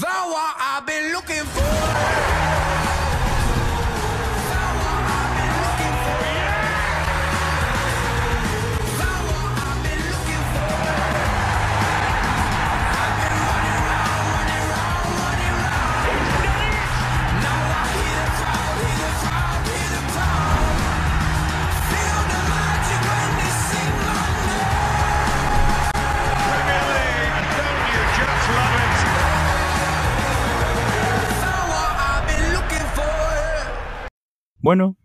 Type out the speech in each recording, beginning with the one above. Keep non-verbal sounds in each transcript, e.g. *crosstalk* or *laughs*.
That's what I've been looking for. Premier League. Don't you just love it? That's what I've been looking for. Bueno,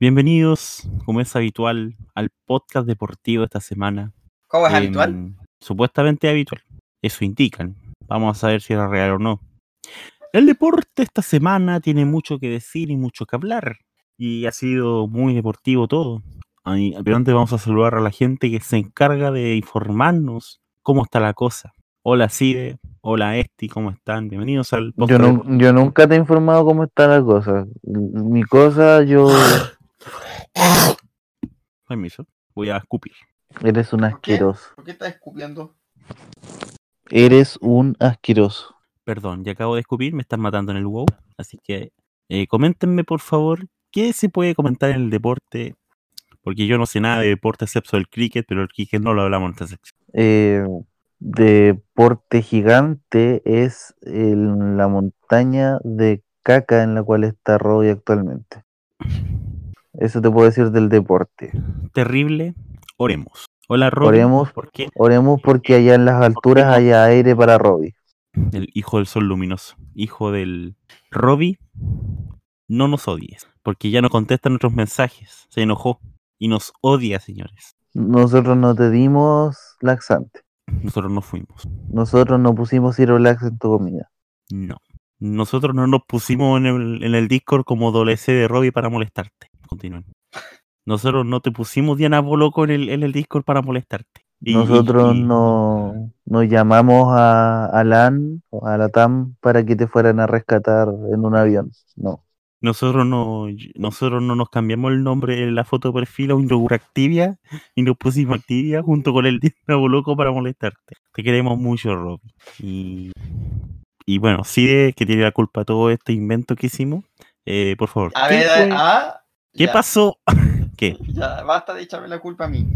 bienvenidos, como es habitual, al podcast deportivo de esta semana. ¿Cómo es Em, habitual? Supuestamente habitual. Eso indican. Vamos a saber si era real o no. El deporte esta semana tiene mucho que decir y mucho que hablar. Y ha sido muy deportivo todo. Ay, Pero antes vamos a saludar a la gente que se encarga de informarnos cómo está la cosa. Hola Cide, hola Esti, ¿cómo están? Bienvenidos al Yo, podcast nu- yo nunca te he informado cómo está la cosa. Mi cosa, *gasps* yo. Permiso, voy a escupir. Eres un ¿Por qué? asqueroso. ¿Por qué estás escupiendo? Eres un asqueroso. Perdón, ya acabo de escupir, me están matando en el wow. Así que eh, coméntenme, por favor, qué se puede comentar en el deporte. Porque yo no sé nada de deporte excepto el cricket, pero el cricket no lo hablamos en esta sección. Eh, deporte gigante es el- la montaña de caca en la cual está Robbie actualmente. Eso te puedo decir del deporte. Terrible, oremos. Hola, Rob. Oremos, ¿Por qué? oremos porque allá en las alturas haya aire para Robbie. El hijo del sol luminoso, hijo del Robbie, no nos odies, porque ya no contesta nuestros mensajes. Se enojó y nos odia, señores. Nosotros no te dimos laxante. Nosotros no fuimos. Nosotros no pusimos Cirolax en tu comida. No. Nosotros no nos pusimos en el, en el Discord como WC de Robbie para molestarte. Continúen. Nosotros no te pusimos Diana Boloco en el, en el Discord para molestarte. Y- y- Nosotros y- no nos llamamos a, a LAN o a la TAM para que te fueran a rescatar en un avión. No. Nosotros no, nosotros no nos cambiamos el nombre en la foto de perfil a un yogur Activia y nos pusimos Activia junto con el Diana Boloco para molestarte. Te queremos mucho, Robbie. Y, y bueno, Cide, que tiene la culpa de todo este invento que hicimos, eh, por favor. A ¿qué ver, fue- ah, ¿Qué ya, pasó? ¿Qué? Ya, basta de echarme la culpa a mí.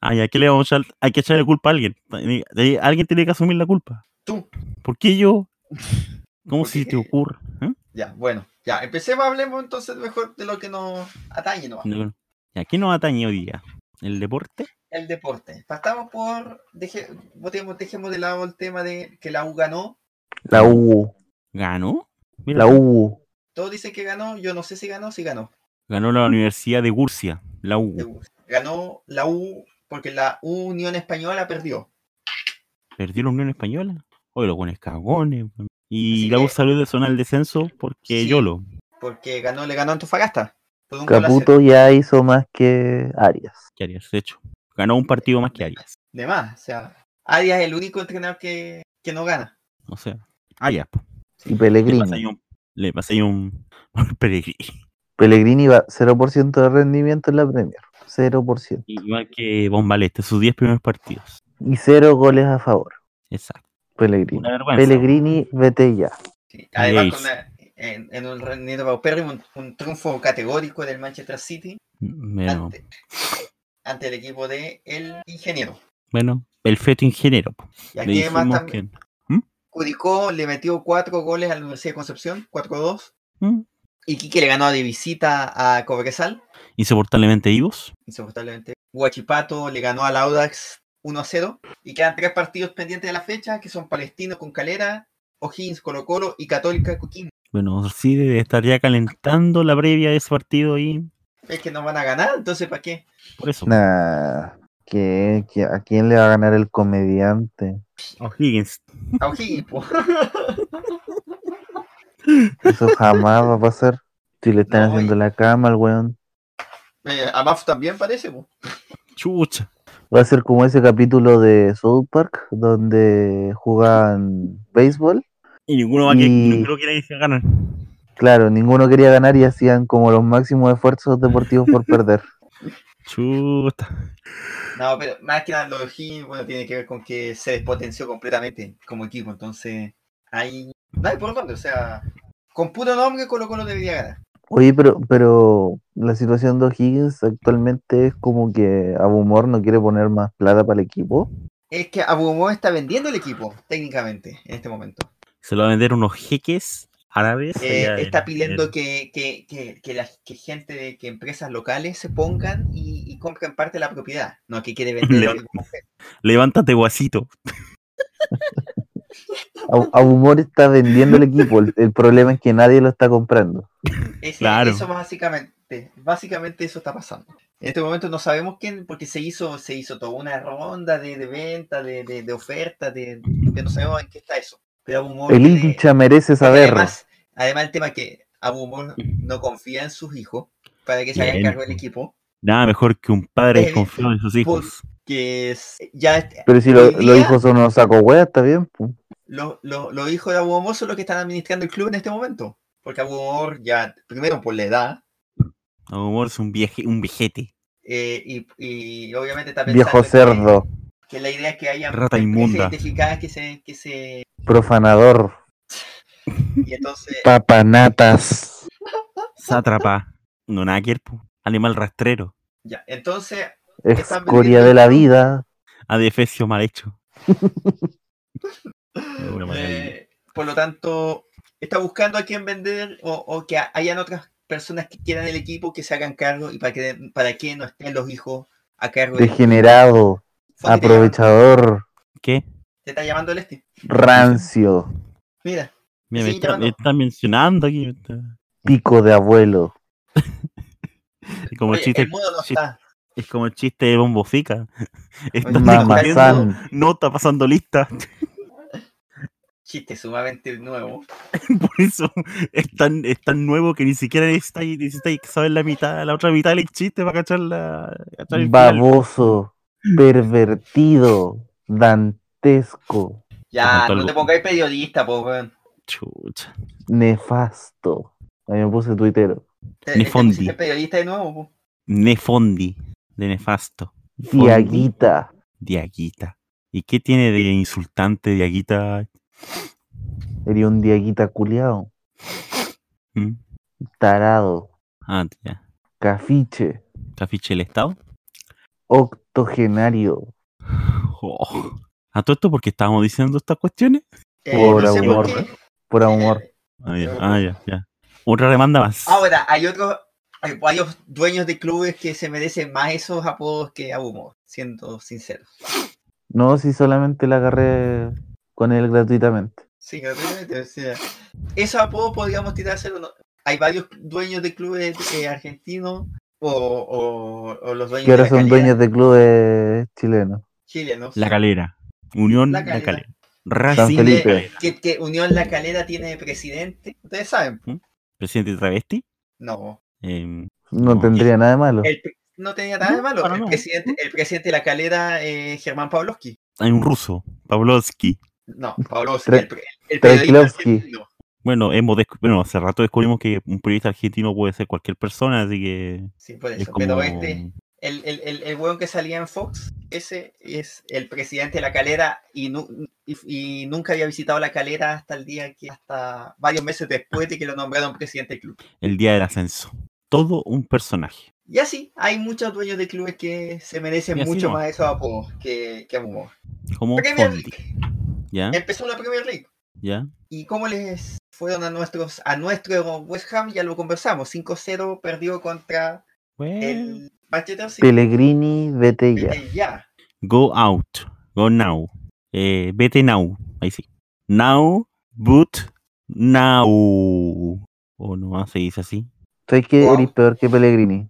Ah, ¿y a qué le vamos a echar? Hay que echarle culpa a alguien. Tiene- eh, Alguien tiene que asumir la culpa. Tú. ¿Por qué *laughs* yo? ¿Cómo si te Porque- ocurre? ¿Eh? Ya, bueno, ya, empecemos, hablemos entonces mejor de lo que nos atañe, ¿no? No, no. ¿Y a qué nos atañe hoy día? ¿El deporte? El deporte. Partamos por, deje- votemos- dejemos de lado el tema de que la U ganó. La U, ¿Ganó? Mira, la U. Todos dicen que ganó, yo no sé si ganó, si ganó. Ganó la Universidad de Gurcia, la Mm. De U. U. Ganó la U porque la Unión Española perdió. Perdió la Unión Española. Hoy los buenos cagones. weón. Y Así la U que- salió de zona del descenso porque Sí. Yolo. Porque ganó, le ganó a Antofagasta. por un gol a cero. Caputo ya hizo más que Arias. ¿Qué Arias? De hecho, ganó un partido más que Arias. De más, o sea, Arias es el único entrenador que, que no gana. O sea, Ah, Arias. po. Y Le Pellegrini. pasé ahí un. Le pasé ahí un. *laughs* Pellegrini. Pellegrini va 0% de rendimiento en la Premier. 0%. Igual que Bombaleste, sus 10 primeros partidos. Y 0 goles a favor. Exacto. Pellegrini. Una vergüenza. Pellegrini, vete ya. Sí, Además, con Yes. la- en, en un rendimiento paupérrimo, un, un triunfo categórico del Manchester City Bueno, ante, ante el equipo de el ingeniero. bueno, el feto ingeniero. po. Y Le aquí además dijimos también que Curicó le metió cuatro goles a la Universidad de Concepción, 4-2. mm, Y Quique le ganó de visita a Cobresal, insoportablemente vivos. insoportablemente. Huachipato le ganó al Audax 1-0. Y quedan tres partidos pendientes de la fecha, que son Palestino con Calera, O'Higgins, Colo Colo y Católica Coquimbo. Bueno, sí debe estar ya calentando la previa de ese partido y Es que no van a ganar, entonces ¿para qué? por eso. Nah. ¿Qué? ¿Qué- ¿A quién le va a ganar el comediante? Oh, O'Higgins. A O'Higgins, po. Eso jamás va a pasar. Si le están No, haciendo la cama al weón. Eh, a Maf también parece, po. Chucha. Va a ser como ese capítulo de South Park donde jugaban béisbol. Y ninguno va a que, Y- no creo que nadie se gane. Claro, ninguno quería ganar y hacían como los máximos esfuerzos deportivos por *laughs* perder. Chuta. No, pero más que nada lo de O'Higgins, bueno, tiene que ver con que se despotenció completamente como equipo, entonces Ahí no hay por dónde, o sea, con puro nombre Colo Colo debería ganar. Oye, pero, pero la situación de O'Higgins actualmente es como que Abumor no quiere poner más plata para el equipo. Es que Abumó está vendiendo el equipo, técnicamente, en este momento. Se lo va a vender unos jeques árabes. Eh, allá en- está pidiendo en- que, que, que, que la que gente, de- que empresas locales se pongan y, y compren parte de la propiedad. No, que quiere vender. el León. equipo completo. Levántate, guasito. Ab- Abumor está vendiendo el equipo, el, el problema es que nadie lo está comprando. Ese- Claro. Eso básicamente, básicamente eso está pasando. En este momento no sabemos quién, porque se hizo, se hizo toda una ronda de, de venta, de, de, de oferta, de, de no sabemos en qué está eso. Pero Abumó El quiere- hincha merece Porque saberlo. Además, además el tema que Abumor no confía en sus hijos para que se hagan Bien. cargo del equipo, Nada mejor que un padre Eh, que confía en sus hijos. que es, ya este- Pero si lo- hoy los día- hijos son unos saco hueas, está bien. po. los, los- los hijos de Abumor son los que están administrando el club en este momento. Porque Abumor ya, primero por la edad, Abumor es un, vieje, un viejete. eh, y, y obviamente está pensando Viejo que- cerdo, que, la idea es que haya Rata inmunda. identificadas que se, que se profanador, y entonces *laughs* papanatas. Sátrapa. No nada que ver, po. Animal rastrero. ya, entonces Escoria de la vida. Adefesio mal hecho. Es una maravilla. Eh, por lo tanto, está buscando a quien vender o, o que ha- hayan otras personas que quieran el equipo que se hagan cargo y para que, para que no estén los hijos a cargo. del- Degenerado, Fue que te llam- aprovechador, ¿Qué? Te está llamando el este. rancio, Mira, Mira, me, Sí, está, llamando. me está mencionando aquí. me está- pico de abuelo. Es como, oye, el chiste, el mundo no chiste- está. es como el chiste de Bombo *laughs* Fica. Están discutiendo, Mamazán, no está pasando lista. *laughs* Chiste sumamente nuevo. Por eso es tan, es tan nuevo que ni siquiera necesitáis necesitáis saber la mitad, la otra mitad del chiste para cachar la. cachar el final. baboso, pervertido, dantesco, Ya, Te faltó no algo. te pongáis periodista, po, weón. Chucha. nefasto. Ahí me puse tuitero. Te- este, Ni te Fondi. pusiste periodista de nuevo, po. Nefondi, de nefasto, Diaguita, diaguita. ¿Y qué tiene de insultante diaguita? sería un diaguita culiao, ¿Mm? tarado, Ah, ya. cafiche, ¿Cafiche el Estado? octogenario. Oh. ¿A todo esto porque estábamos diciendo estas cuestiones? Eh, Por no sé por amor. qué. Por amor, Ah, ya, ah, ya, ya. Otra demanda más. Ahora, hay otros, hay varios dueños de clubes que se merecen más esos apodos que Abumo, siendo sincero. no si solamente la agarré con él gratuitamente. Sí, gratuitamente. O sea, esos apodos podríamos tirárselo. ¿no? Hay varios dueños de clubes eh, argentinos o, o- o los dueños Que ahora la son calera, dueños de clubes chilenos. chilenos. La Calera. Unión La La Calera. Calera. San Racing, Felipe. Que, que Unión La Calera tiene presidente. Ustedes saben. presidente travesti. No. Eh, No No. tendría nada de malo. el pre- no tenía nada de No, malo. para El nada. presidente, el presidente de La Calera, eh, Germán Pavlovsky. hay un ruso, Pavlovsky. No, Pavlovsky. Tra- el pre- el periodista Tranquilovsky. argentino. Bueno, hemos descu- bueno, hace rato descubrimos que un periodista argentino puede ser cualquier persona, así que Sí, por es eso. como... Pero este, el, el, el, el weón que salía en Fox, ese es el presidente de la calera y, nu- y, y nunca había visitado la calera hasta el día que, hasta varios meses después de que lo nombraron presidente del club. el día del ascenso. Todo un personaje. Y así, hay muchos dueños de clubes que se merecen Y así mucho no. más esos apodos que, que Amumo. Como Premier Fondi. League. ¿Ya? Empezó la Premier League. ¿Ya? ¿Y cómo les fueron a nuestros a nuestro West Ham? Ya lo conversamos. 5-0 perdió contra Well, el Manchester City. Pellegrini, vete ya. Desde ya. Go out. Go now. Eh, vete now. Ahí sí. Now, boot, now. O no, ah, se dice así. Sabes que Wow. eres peor que Pellegrini.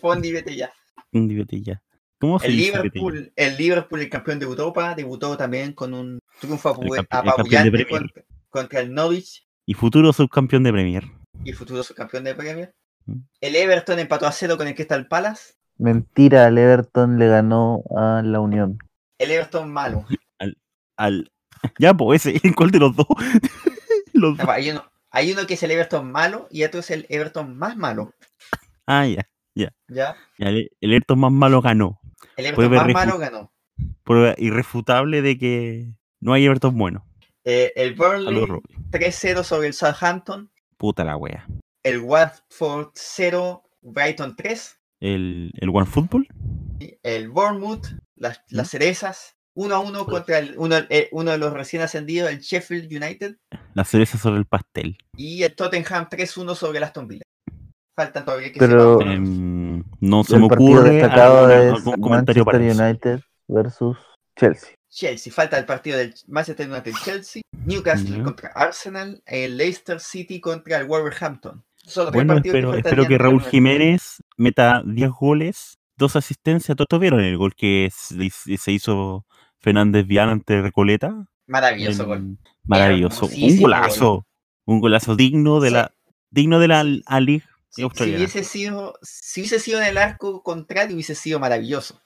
Fondi, vete ya. Mm, Vete ya. *laughs* ¿Cómo se El dice vete ya? Liverpool, el Liverpool, el campeón de Europa, debutó también con un triunfo apu- campe- el campeón de apabullante Premier. contra, contra el Norwich Y futuro subcampeón de Premier. y futuro subcampeón de Premier. Mm. El Everton empató a cero con el Crystal Palace. Mentira, el Everton le ganó a la Unión. El Everton *laughs* malo. Al... *laughs* Ya, pues ese. ¿Cuál de los dos? *laughs* los dos. Hay uno, hay uno que es el Everton malo y otro es el Everton más malo. Ah, ya. ¿ya? Ya, El, el Ayrton más malo ganó. El Puede Everton ver más refu- malo ganó. Prueba irrefutable de que no hay Everton bueno. Eh, el Saludos, Burnley Robbie. 3-0 sobre el Southampton. Puta la wea. El Watford 0, Brighton 3. El, el One Football. El Bournemouth, las, las cerezas. 1 1 contra el- uno, eh, uno de los recién ascendidos, el Sheffield United. La cereza sobre el pastel. Y el Tottenham 3-1 sobre el Aston Villa. Faltan todavía que Pero- sepamos. Em, no se el me partido ocurre destacado alguna- es algún comentario Manchester para eso. United versus Chelsea. Chelsea, falta el partido del Manchester United Chelsea, Newcastle Ya. contra Arsenal, el Leicester City contra el Wolverhampton. Solo tres Bueno, partidos espero, faltan espero ya que entre Raúl los- Jiménez meta 10 goles, dos asistencias. ¿Todos vieron el gol que se se hizo Fernández Viana ante Recoleta? Maravilloso En- gol. Maravilloso. Un Hermosísimo golazo. Un golazo digno de Sí. la digno de la A League Si, si australiana. hubiese sido, si hubiese sido en el arco contrario, hubiese sido maravilloso.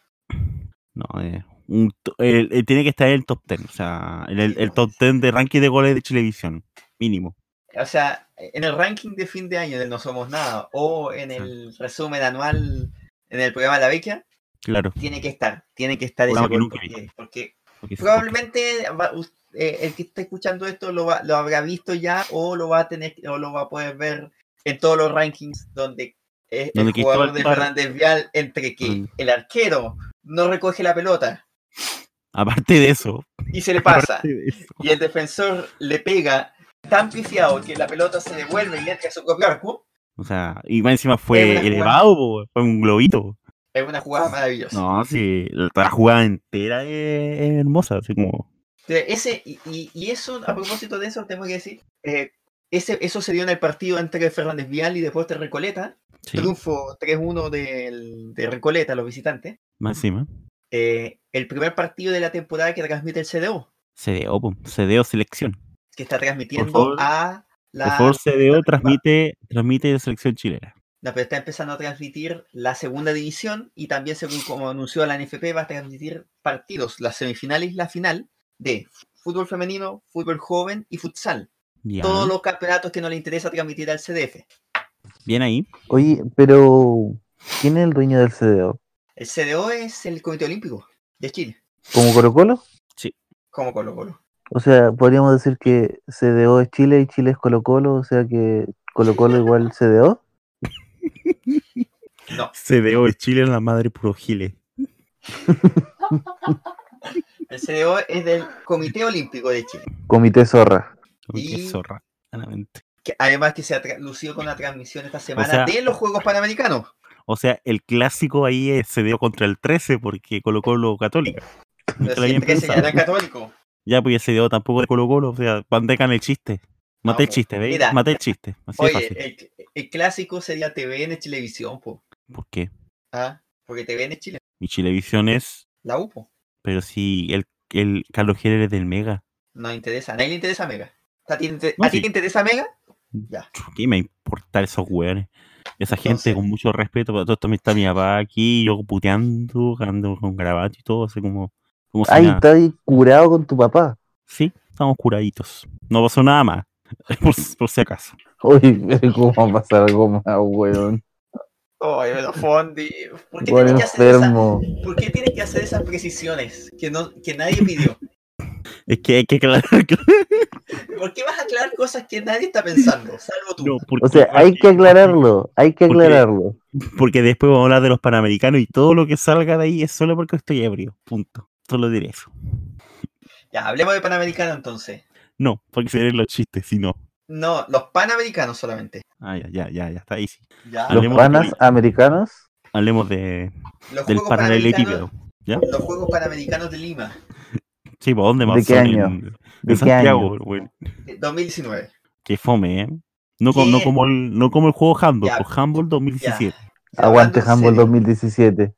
No, eh, un to- el- el- tiene que estar en el top 10, o sea, en el, el top 10 de ranking de goles de Chilevisión, mínimo. O sea, en el ranking de fin de año del No Somos Nada o en Sí. el resumen anual en el programa La Beca, Claro. tiene que estar, tiene que estar ese Programa que gol nunca vi. porque- porque porque se- Probablemente va- us- eh, el que está escuchando esto lo, va- lo habrá visto ya o lo va a tener o lo va a poder ver en todos los rankings donde eh, Donde el Cristóbal jugador de Parra- Mm. Fernández Vial entre que Donde- el arquero no recoge la pelota Aparte de eso, y *laughs* se le pasa aparte de eso, y el defensor le pega tan pifiado que la pelota se devuelve y entra a su propio arco, o sea, y más encima fue Es una jugada. elevado, po, fue un globito. es una jugada maravillosa. Ah, No, sí, la toda la jugada entera es, es hermosa, así como Entonces, Ese, y, y- y eso, a propósito de eso, tengo que decir, eh, ese, eso se dio en el partido entre Fernández Vial y después de Recoleta. sí, triunfo 3-1 del- de Recoleta, los visitantes. más encima. eh, el primer partido de la temporada que transmite el CDO, CDO, po, CDO selección. que está transmitiendo favor, a Por la. favor, CDO transmite transmite selección chilena. no, pero está empezando a transmitir la segunda división y también, según como anunció la NFP, va a transmitir partidos, las semifinales y la final de fútbol femenino, fútbol joven y futsal. Ya, Todos los campeonatos que no le interesa transmitir al CDF. bien ahí. Oye, pero ¿quién es el dueño del CDO? El CDO es el Comité Olímpico de Chile, ¿Como Colo Colo? como Colo Colo. O sea, podríamos decir que CDO es Chile y Chile es Colo Colo, o sea que Colo Colo igual CDO. No, CDO de Chile en la madre puro Giles. el CDO es del Comité Olímpico de Chile. Comité Zorra. Uy, qué Y- zorra, claramente. que- además que se ha tra- lucido con la transmisión esta semana sea- de los Juegos *laughs* Panamericanos. O sea, el clásico ahí es CDO contra el 13 porque Colo Colo Católica. Nunca lo Pero habían siempre que se pensado. llaman católico. Ya, pues ese CDO tampoco de Colo Colo, o sea, mantecan el chiste. Maté el pues, chiste, ¿veis? mira. Maté el chiste. *laughs* Así de Oye, fácil. el, el clásico sería TVN Televisión, po. ¿Por qué? Ah, porque TVN Chile, Mi Chilevisión es, la UPO. pero si el, el Carlos Heller es del Mega. No interesa, a nadie le interesa Mega. ¿A ti, te- No, a ti sí. te interesa Mega? ¿Qué me importa esos hueones? Esa gente Entonces- con mucho respeto, para todo esto está mi papá aquí, yo puteando, ando con grabato y todo, así como, como si Ay, nada. está ahí curado con tu papá. Sí, estamos curaditos. No pasó nada más, *laughs* por, por si acaso. Oye, *laughs* pero ¿cómo va a pasar algo más, weón? Oye, pero Fondi, ¿por qué, Weón tienes que hacer esa- *laughs* enfermo. por qué tienes que hacer esas precisiones que, no, que nadie pidió? Es que hay que aclarar *laughs* que ¿Por qué vas a aclarar cosas que nadie está pensando, salvo tú? no, porque- O sea, hay que aclararlo, hay que Porque- aclararlo. Porque después vamos a hablar de los panamericanos y todo lo que salga de ahí es solo porque estoy ebrio. Punto. Solo diré eso. Ya, hablemos de Panamericano entonces. No, porque se vienen los chistes, si no. No, los Panamericanos solamente. Ah, ya, ya, ya, ya, está ahí sí. Ya. Los hablemos de panas americanos, Hablemos de, Los del Juegos Panamericanos- paralelepípedo. los Juegos Panamericanos de Lima, Sí, ¿por dónde más? ¿De qué Son año? En, ¿de en qué Santiago, año? güey. eh, 2019. Qué fome, ¿eh? No, co- no, ¿Qué? como el, no como el juego Humble, Ya, pues Humble 2017. Ya, Aguante hablando en Humble serio, 2017.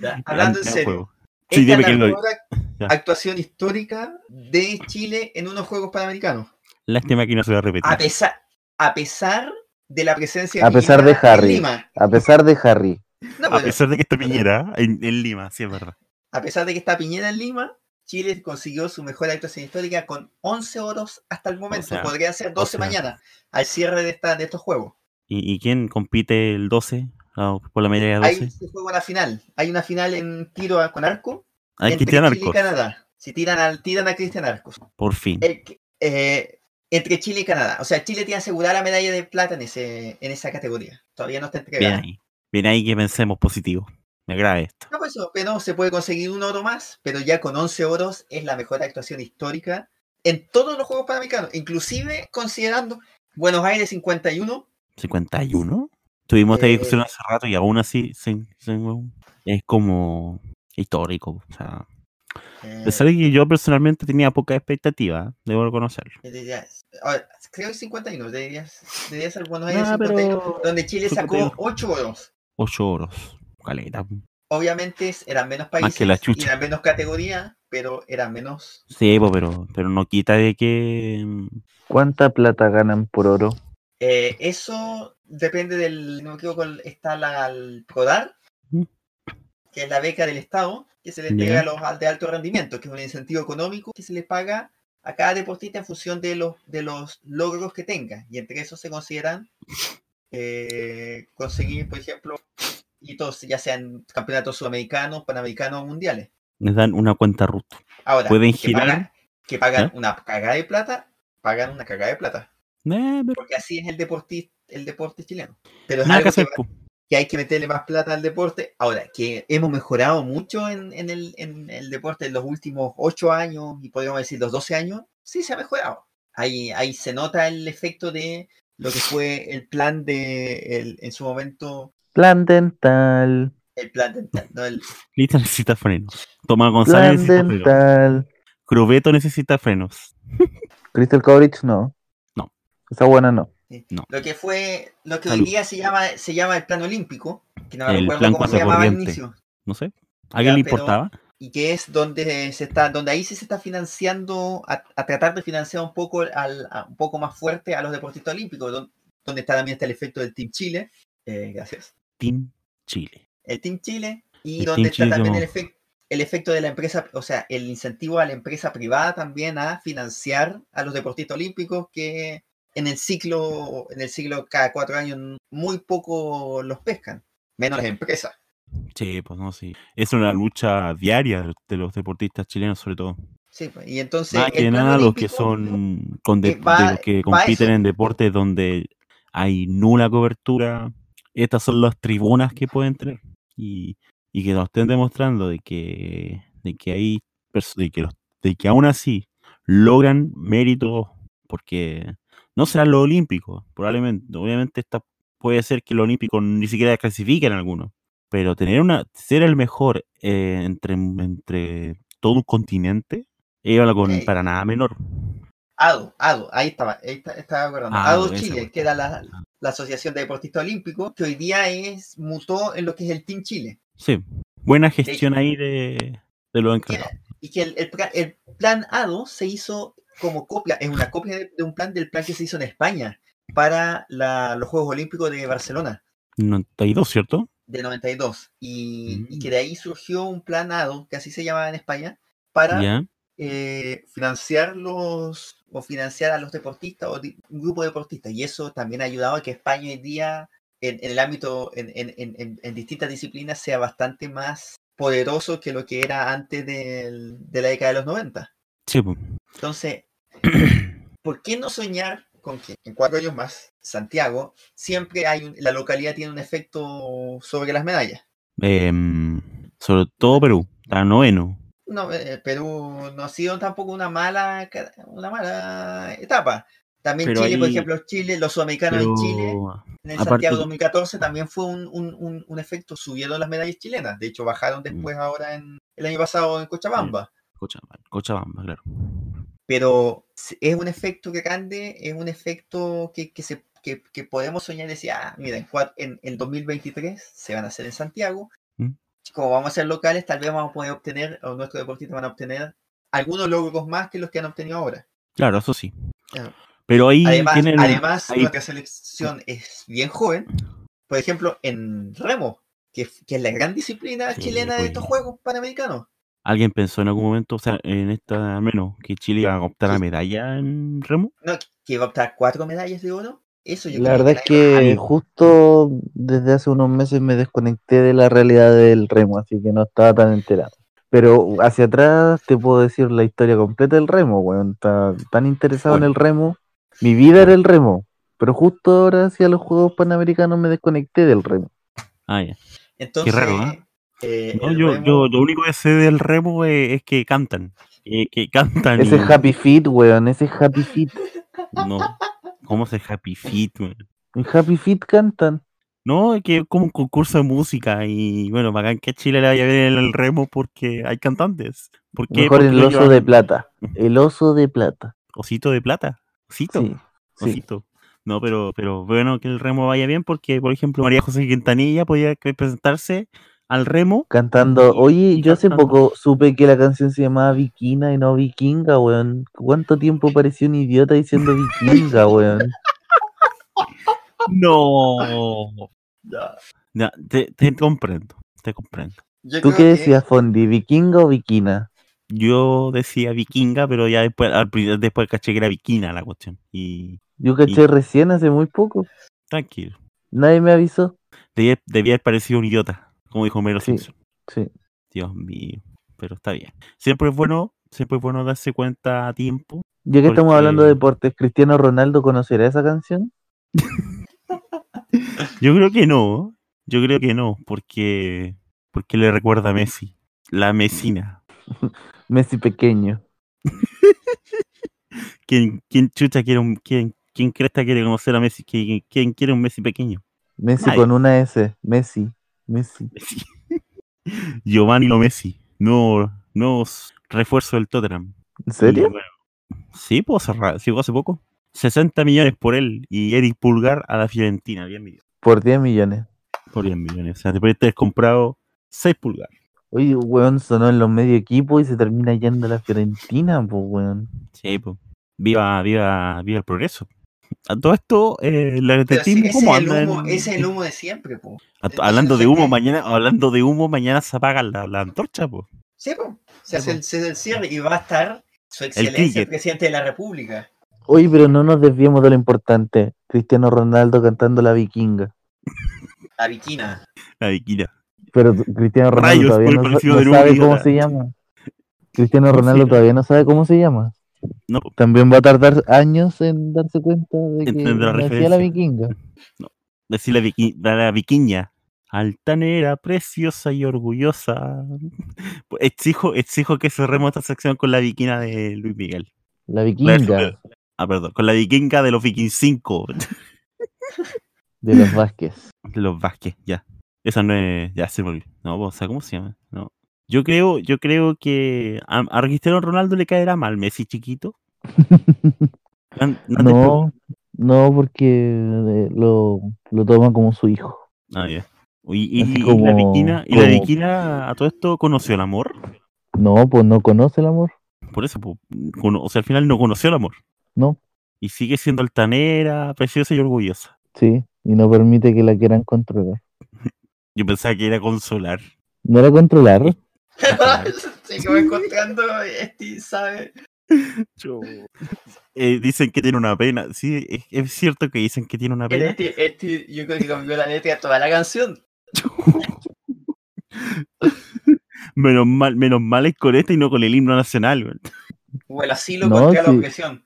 ya, Hablando en Gran serio, juego. Sí, esta dime es quién la lo mejor ac- Ya. actuación histórica de Chile en unos Juegos Panamericanos. Lástima que no se va a repetir. A pesar, a pesar de la presencia A pesar de militar en Harry. Lima. A pesar de Harry, No, A pero pesar de que está Piñera en, en Lima, sí es verdad. a pesar de que está Piñera en Lima, Chile consiguió su mejor actuación histórica con 11 oros hasta el momento. sea, Podría ser 12 sea. mañana al cierre de, esta, de estos Juegos. ¿Y, y quién compite el 12? Ah, Por la media de Ahí 12. se juega una final. Hay una final en tiro a- con arco Hay entre Cristian Chile y Ah, Arcos. Canadá. Si tiran, al, tiran a Cristian Arcos. Por fin. El que- eh, entre Chile y Canadá. O sea, Chile tiene asegurada la medalla de plata en, ese, en esa categoría. Todavía no está Bien entregada. ahí. Bien ahí que pensemos positivo. Me agrada esto. No, pues eso, pero se puede conseguir un oro más, pero ya con 11 oros es la mejor actuación histórica en todos los Juegos Panamericanos, inclusive considerando Buenos Aires 51. 51. Tuvimos esta Eh, discusión hace rato y aún así sin- sin- es como histórico. O sea, eh, a pesar de que yo personalmente tenía poca expectativa, debo reconocerlo. yo diría- Eh, ahora, creo que 51, debería, debería ser Buenos Aires Nah, 51, Ah, pero donde Chile sacó 51. 8 oros. 8 oros. Caleta. Obviamente es- eran menos que países, la y chucha. eran menos categorías, pero eran menos Sí, po, pero, pero no quita de que. mm, ¿Cuánta plata ganan por oro? Eh, eso depende del, no me equivoco, el- está la el PRODAR, Ujú. que es la beca del Estado, que se le Ya. entrega a los al- de alto rendimiento, que es un incentivo económico que se le paga a cada deportista en función de los, de los logros que tenga. Y entre esos se consideran eh, conseguir, por ejemplo, hitos, ya sean campeonatos sudamericanos, panamericanos o mundiales. Les dan una cuenta RUT. Ahora, Pueden que pagan- girar. que pagan ¿Ah? una cagada de plata, pagan una cagada de plata. Eh, pero Porque así es el deportista, el deporte chileno. Pero es nada que algo que, hacer, va- po. que hay que meterle más plata al deporte. Ahora, que hemos mejorado mucho en, en el, en el deporte en los últimos 8 años y podríamos decir los 12 años, sí se ha mejorado. Ahí, ahí se nota el efecto de lo que fue el plan de, el- en su momento, Plan dental. el plan dental, ¿no? El- Lista *laughs* necesita frenos. Tomás González necesita Plan frenos. dental. Crobeto necesita frenos. Crystal Coverage no. No. Esa buena no. lo que fue, lo que hoy Salud. día se llama, se llama el plan olímpico, que no me El recuerdo plan cómo se llamaba al contracorriente. inicio. No sé. ¿A alguien Ya, le pero- importaba? y que es donde se está, donde ahí sí se está financiando, a, a tratar de financiar un poco al, a- un poco más fuerte a los deportistas olímpicos, don- donde, está también está el efecto del Team Chile, eh, gracias, Team Chile. el Team Chile, y El donde Team está Chile también el como- efecto el efecto de la empresa, o sea, el incentivo a la empresa privada también a financiar a los deportistas olímpicos que en el ciclo, en el ciclo cada cuatro años muy poco los pescan, menos las empresas. Sí, pues no, sí. Es una lucha diaria de- de los deportistas chilenos, sobre todo. Sí, pues, y entonces Más el que plan nada los que olímpico- son con de- eh, va- de- que va compiten eso. en deportes donde hay nula cobertura. Estas son las tribunas que pueden tener. Y, y que nos estén demostrando de que, de que hay pers- de que los- de que aún así logran méritos porque no serán los olímpicos, probablemente. Obviamente esta puede ser que los olímpicos ni siquiera clasifiquen algunos. Pero tener una, ser el mejor eh, entre, entre todo un continente es algo Ey. para nada menor. ADO, ADO, ahí estaba, ahí está- estaba acordando. ADO, ADO Ah, esa Chile, cuestión. que era la, la Asociación de Deportistas Olímpicos, que hoy día es mutó en lo que es el Team Chile. Sí. Buena gestión ahí de, de los encargados. Y que el, el pra- el plan ADO se hizo como copia, es una copia de, de un plan del plan que se hizo en España para la- los Juegos Olímpicos de Barcelona 92, ¿cierto? de 92. Y, y que Mm. de ahí surgió un plan ADO, que así se llamaba en España, para Ya. eh, financiar los o financiar a los deportistas o di- un grupo de deportistas y eso también ha ayudado a que España hoy día en, en el ámbito en, en- en- en- en distintas disciplinas sea bastante más poderoso que lo que era antes del- de la década de los 90 Sí, pues, po. entonces ¿por qué no soñar con que en cuatro años más Santiago siempre hay un- la localidad tiene un efecto sobre las medallas Em, sobre todo Perú, está noveno. No, eh, Perú no ha sido tampoco una mala, ca- una mala etapa. También Pero Chile, por ahí- ejemplo, Chile, los sudamericanos Pero en Chile, en el aparte Santiago que- 2014 también fue un, un- un- un efecto, subieron las medallas chilenas, de hecho Mm. bajaron después ahora en el año pasado en Cochabamba, Cochabamba, Cochabamba, claro. pero s- es un efecto que grande, es un efecto que, que se, que, que podemos soñar y decir, ah, mira, en, cua- en el 2023 se van a hacer en Santiago, Mm. como vamos a ser locales, tal vez vamos a poder obtener, o nuestros deportistas van a obtener algunos logros más que los que han obtenido ahora. Claro, eso sí. Claro. Pero ahí Además, tienen. además ahí- nuestra selección es bien joven. Por ejemplo, en remo, que, es- que es la gran disciplina Sí, chilena de estos pues. Juegos Panamericanos. ¿Alguien pensó en algún momento, o sea, en esta al menos, que Chile iba a optar a Sí. medalla en remo? No, que va a optar cuatro medallas de oro. Eso yo La creo verdad es nadie- que Amigo. justo desde hace unos meses me desconecté de la realidad del remo, así que no estaba tan enterado. Pero hacia atrás te puedo decir la historia completa del remo, weón. Está tan interesado en el remo. Mi vida era el remo. Pero justo ahora hacia los Juegos Panamericanos me desconecté del remo. Ah, ya. Entonces, raro, ¿eh? eh, No, el yo, remo- yo lo único que sé del remo es, es que cantan. Que, que cantan. Ese y- es Happy Feet, weón. Ese es Happy Feet. No. ¿Cómo se Happy Feet, weón? En Happy Feet cantan. No, es que es como un concurso de música y bueno, bacán que a Chile le vaya bien en el remo porque hay cantantes. ¿Por qué? Mejor Porque el lo oso de llevan- *laughs* plata. El oso de plata. Osito de plata. Osito. Sí. sí. Osito. No, pero, pero bueno, que el remo vaya bien porque, por ejemplo, María José Quintanilla podía que presentarse al remo. Cantando. Y- Oye, y yo hace cantando. poco supe que la canción se llamaba Vikina y no Vikinga, weón. ¿Cuánto tiempo pareció un idiota diciendo *laughs* Vikinga, weón? No. Ya. Ya, te, te comprendo, te comprendo. Yo ¿Tú creo qué que- decías, Fondi? ¿Vikinga o Vikina? Yo decía vikinga, pero ya después, al pri- después caché que era vikina la cuestión. Y Yo caché recién hace muy poco. tranquilo. Nadie me avisó. Debía, debía haber parecido un idiota, como dijo Mero Sí. Simpson. Sí. Dios mío, pero está bien. Siempre es bueno, siempre es bueno darse cuenta a tiempo. Ya que estamos hablando de Porque- deportes, ¿Cristiano Ronaldo conocerá esa canción? Yo creo que no, yo creo que no, porque, porque le recuerda a Messi, la mesina. Messi pequeño. ¿Quién, quién chucha quiere un, quién, quién cresta quiere conocer a Messi? ¿Quién, quién quiere un Messi pequeño? Messi Nadie. con una S. Messi. Messi. Messi. Giovanni Lo Messi, no, no refuerzo del Tottenham. ¿En serio? Y bueno, sí, puedo cerrar, sí, hace poco. 60 millones por él y Eric Pulgar a la Fiorentina, 10 millones. Por 10 millones. Por 10 millones. O sea, después de haber comprado 6 pulgares. Oye, weón, sonó en los medio equipos y se termina yendo a la Fiorentina, pues, weón. Sí, pues. Viva, viva, viva el progreso. A todo esto, eh, la pero sí, detective, ese ¿cómo es el anda en- humo, ese es el humo de siempre, po. A- entonces, hablando de ¿sabes humo, qué? mañana, hablando de humo, mañana se apaga la, la antorcha, pues. Sí, po. Se Sí, hace po. el, se hace el cierre y va a estar su excelencia, el, cricket. presidente de la República. Oye, pero no nos desviemos de lo importante. Cristiano Ronaldo cantando la vikinga. La Viquina. *laughs* La viquina. Pero t- Cristiano Ronaldo Rayos, todavía por el no, sa- parecido no de Nuno sabe Díaz. cómo se llama. Cristiano Ronaldo no. todavía no sabe cómo se llama. No, po. También va a tardar años en darse cuenta de que Entender la nacía la referencia. vikinga. decir la, viqui- la, la viquiña. Altanera, preciosa y orgullosa. Pues Exijo, exijo que cerremos esta sección con la viquina de Luis Miguel. La La de- vikinga Ah, perdón, con la vikinga de los Viking 5. de los Vázquez. Los Vázquez, ya. Esa no es. Ya se me olvidó. No, o sea, ¿cómo se llama? No. Yo creo, yo creo que a, a Cristiano Ronaldo le caerá mal Messi chiquito. *laughs* Nan- nan te preocupa. No, no, porque eh, lo, lo toman como su hijo. Ah, ya. Y, y- Así y la como- viquina, y la como- viquina a todo esto conoció el amor. No, pues no conoce el amor. Por eso, po, cono- o sea, al final no conoció el amor. No. Y sigue siendo altanera, preciosa y orgullosa. Sí, y no permite que la quieran controlar. Yo pensaba que era consolar. No era controlar. Ah, *laughs* Se que va encontrando este, ¿sabe? Eh, dicen que tiene una pena. Sí, es, es cierto que dicen que tiene una El pena. este, este, yo creo que cambió la letra a toda la canción. Menos mal, menos mal es con esta y no con el himno nacional, weón. O el asilo No, contra sí. la opresión.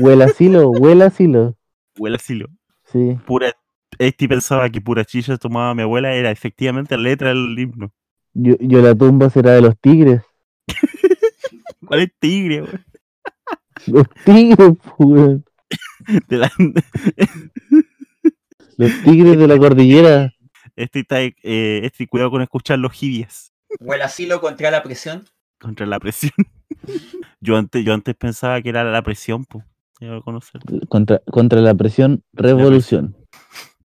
Huele asilo, huele asilo. Huele asilo. Sí, Pura, este pensaba que pura chicha tomaba mi abuela, era efectivamente la letra del himno. yo, yo la tumba será de los tigres. *laughs* ¿Cuál es tigre, weón? *laughs* Los tigres, pues, weón. De la- Los tigres de la cordillera. Este, está, eh, este cuidado con escuchar los jibias O el asilo contra la presión. contra la presión. *laughs* Yo antes, yo antes pensaba que era la presión, po. Ya lo conocer. Contra, contra la presión, revolución.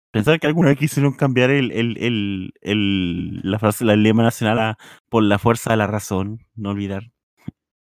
Pensaba que alguna vez quisieron cambiar el, el, el, el- la frase, la lema nacional a por la fuerza de la razón, no olvidar.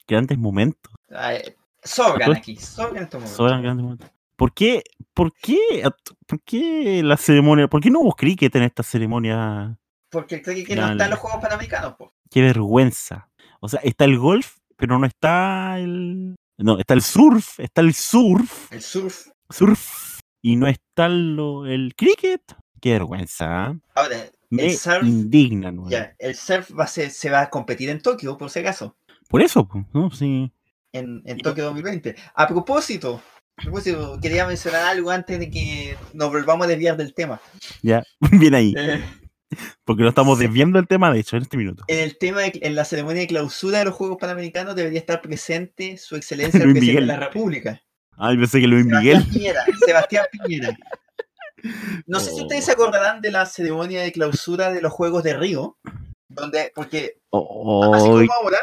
Grandes momentos. Ay, Ah, eh, sobran aquí, sobran estos Pues, momentos. Sobran grandes momentos. ¿Por qué, por qué, at- por qué la ceremonia, por qué no hubo cricket en esta ceremonia? Porque creo que no Dale. están los Juegos Panamericanos, po. Qué vergüenza. O sea, está el golf, pero no está el, no, está el surf, está el surf, El surf. surf, y no está lo- el cricket. Qué vergüenza. ¿eh? Ahora, Me El surf- indignan, weón. Ya, el surf va a ser- se va a competir en Tokio, por si acaso, Por eso, po, ¿no? Sí. *laughs* en, en Tokio 2020. A propósito, a propósito, quería mencionar algo antes de que nos volvamos a desviar del tema. Ya, bien ahí. Eh, Porque lo estamos desviando el tema, de hecho, en este minuto. en el tema, de- en la ceremonia de clausura de los Juegos Panamericanos debería estar presente su excelencia el *laughs* Luis presidente de Miguel. la República. Ay, Ah, pensé que Luis Miguel. Sebastián Piñera, Sebastián *laughs* Piñera. No sé si Oh. ustedes se acordarán de la ceremonia de clausura de los Juegos de Río, donde, porque *laughs* así Oh, como ahora,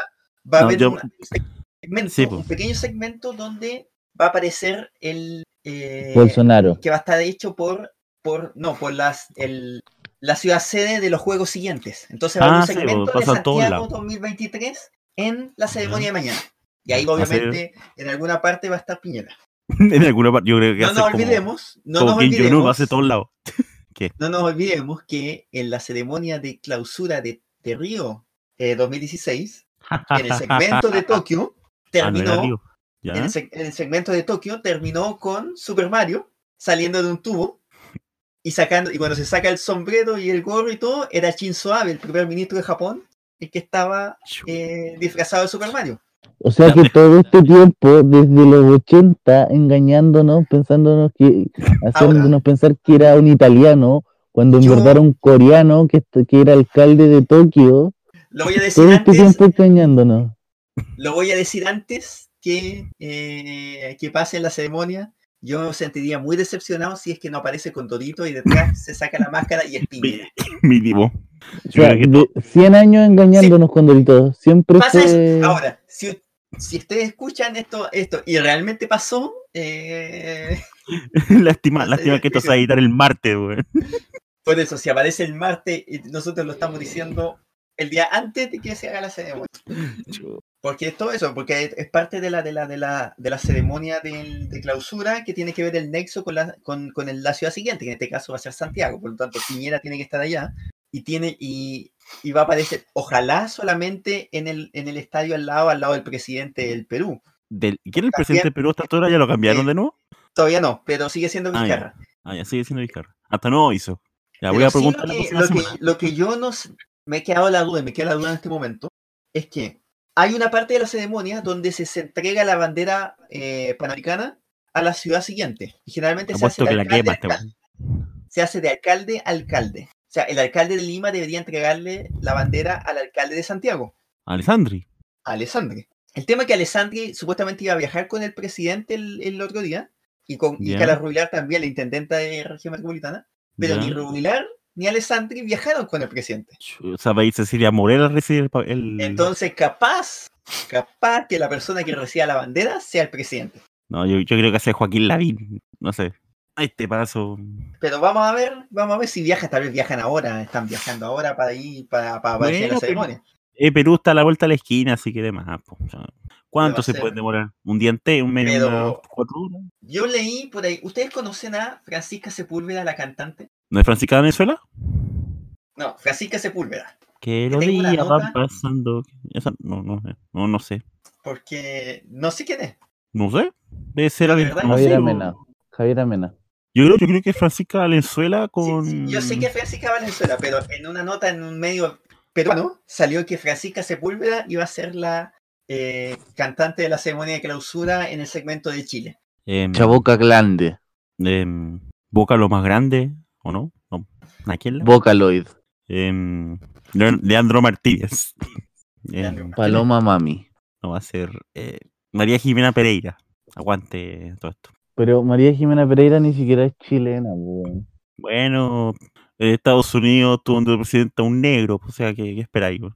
va a No, haber yo- una- un, segmento, Sí, po. un pequeño segmento donde va a aparecer el eh, Bolsonaro. que va a estar hecho por, por no, por las el- la ciudad sede de los juegos siguientes. Entonces va a haber Ah, un sí, po, segmento de pasa a todos Santiago lados. 2023 en la ceremonia de mañana. Y ahí Va a ser- obviamente en alguna parte va a estar Piñera. *laughs* en alguna parte, yo creo que No hace nos como- olvidemos, no como nos Kim Jong-un, olvidemos, hace todos lados. no nos olvidemos que en la ceremonia de clausura de, de Río eh, 2016, en el segmento de Tokio, *laughs* Ah, no era terminó, Río. Ya. en, el, seg- en el segmento de Tokio terminó con Super Mario saliendo de un tubo y sacando, y cuando se saca el sombrero y el gorro y todo, era Shinzo Abe, el primer ministro de Japón, el que estaba eh, disfrazado de Super Mario. O sea que todo este tiempo, desde los 80, engañándonos, pensándonos que, haciéndonos pensar que era un italiano, cuando en Yo- verdad era un coreano que, est- que era alcalde de Tokio, Lo voy a decir todo este antes, tiempo engañándonos. lo voy a decir antes que, eh, que pase la ceremonia. Yo me sentiría muy decepcionado si es que no aparece con Dorito y detrás se saca la máscara y es Piñera. *laughs* Mínimo. O sea, creo que de 100 años engañándonos con Doritos, siempre Pasa fue... eso. Ahora, si, si ustedes escuchan esto, esto y realmente pasó, eh, *laughs* lástima, No sé, lástima que esto difícil. se va a editar el martes, weón. por eso, si aparece el martes, y nosotros lo estamos diciendo el día antes de que se haga la ceremonia. Porque es todo eso, porque es- es parte de la, de la, de la, de la ceremonia del- de, clausura que tiene que ver el nexo con la, con, con el- la ciudad siguiente, que en este caso va a ser Santiago, por lo tanto Piñera tiene que estar allá y tiene y, y va a aparecer, ojalá solamente en el, en el estadio al lado, al lado del presidente del Perú. Del- ¿Quién es el presidente de Perú hasta ahora? ¿Ya lo cambiaron de nuevo? Todavía no, pero sigue siendo Ah, ya. Vizcarra. Ah, ya sigue siendo Vizcarra. Hasta no hizo. Ya voy Pero a sí preguntar la lo que- próxima lo que, semana. lo que yo no sé- me he quedado la duda, y me queda la duda en este momento, es que hay una parte de la ceremonia donde se, se entrega la bandera eh, panamericana a la ciudad siguiente. Y generalmente se Apuesto hace, de que la alcalde, quema a este alcalde, weón. se hace de alcalde a alcalde. O sea, el alcalde de Lima debería entregarle la bandera al alcalde de Santiago, Alessandri. a Alessandri. El tema es que Alessandri supuestamente iba a viajar con el presidente el, el otro día y con y Ya. Calarrubilar también, la intendenta de región metropolitana, pero Ya. ni Rubilar ni Alessandri viajaron con el presidente. O sea, va a ir Cecilia Morel a recibir el. pa- el- Entonces, capaz, capaz que la persona que reciba la bandera sea el presidente. No, yo, yo creo que hace Joaquín Lavín. No sé. A este paso. Pero vamos a ver, vamos a ver si viajan, tal vez viajan ahora, están viajando ahora para ir, para, para aparecer en Bueno, la pero- ceremonia. Eh, Perú está a la vuelta de la esquina, así que demás. po, o sea, ¿Cuánto va a se ser- puede demorar? ¿Un día entero? ¿Un mes? Pero- unas ¿Cuatro horas? Yo leí por ahí, ¿ustedes conocen a Francisca Sepúlveda, la cantante? ¿No es Francisca de Venezuela? No, Francisca Sepúlveda, Que los tengo una días van nota. pasando. Esa- no, no, sé, no, no sé. porque no sé quién es. No sé. Debe ser La alguien verdad, Javier conocido. Amena. Javier Amena. Yo creo, yo creo que Francisca Valenzuela Sí, con. sí, yo sé que es Francisca Valenzuela, pero en una nota en un medio peruano salió que Francisca Sepúlveda iba a ser la eh, cantante de la ceremonia de clausura en el segmento de Chile. em, Chaboca Glande, em, Boca lo más grande, ¿o no? no. Naquiela. Vocaloid, Em, Leon- Leandro Martínez. *laughs* Leandro Em, Paloma Mami. No va a ser eh, María Jimena Pereira. Aguante todo esto. Pero María Jimena Pereira ni siquiera es chilena, weón. Bueno, eh, Estados Unidos tuvo de presidente a un negro, o sea, ¿qué, qué esperáis? weón?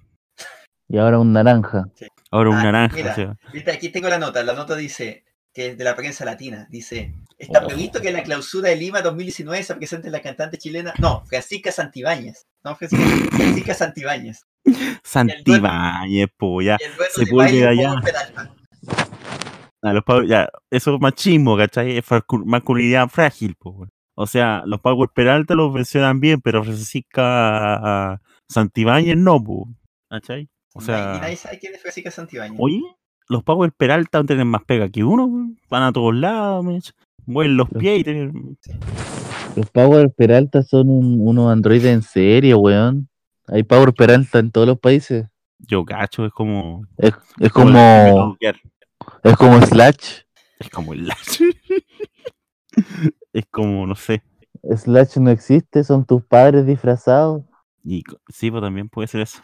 Y ahora un naranja. Ahora un Ah, naranja, mira. o sea. Viste, aquí tengo la nota. La nota dice que es de la prensa latina. Dice: Está Oh. previsto que en la clausura de Lima 2019 se presente la cantante chilena. No, Francisca Santibáñez. No, Francisca, Francisca Santibáñez. Santibáñez, po, ya. Y el dueto Sepúlveda baile ya. Power Peralta. A los Power- ya, eso es machismo, ¿cachai? Es facu- masculinidad frágil, po, weón. O sea, los Power Peralta los mencionan bien, pero Francisca Santibáñez no, po, ¿cachai? O Y sea, nadie sabe quién es Francisca Santibáñez. oye, los Power Peralta tienen más pega que uno, weón. van a todos lados, weón. mueven los pies y tienen... Los Power Peralta son un- unos androides en serie, weón. Hay Power Peralta en todos los países. Yo cacho, es como. Es la familia como, nuclear. es como Slash. Es como el Es como, no sé. Slash no existe, son tus padres disfrazados. Y co- sí, pues también puede ser eso.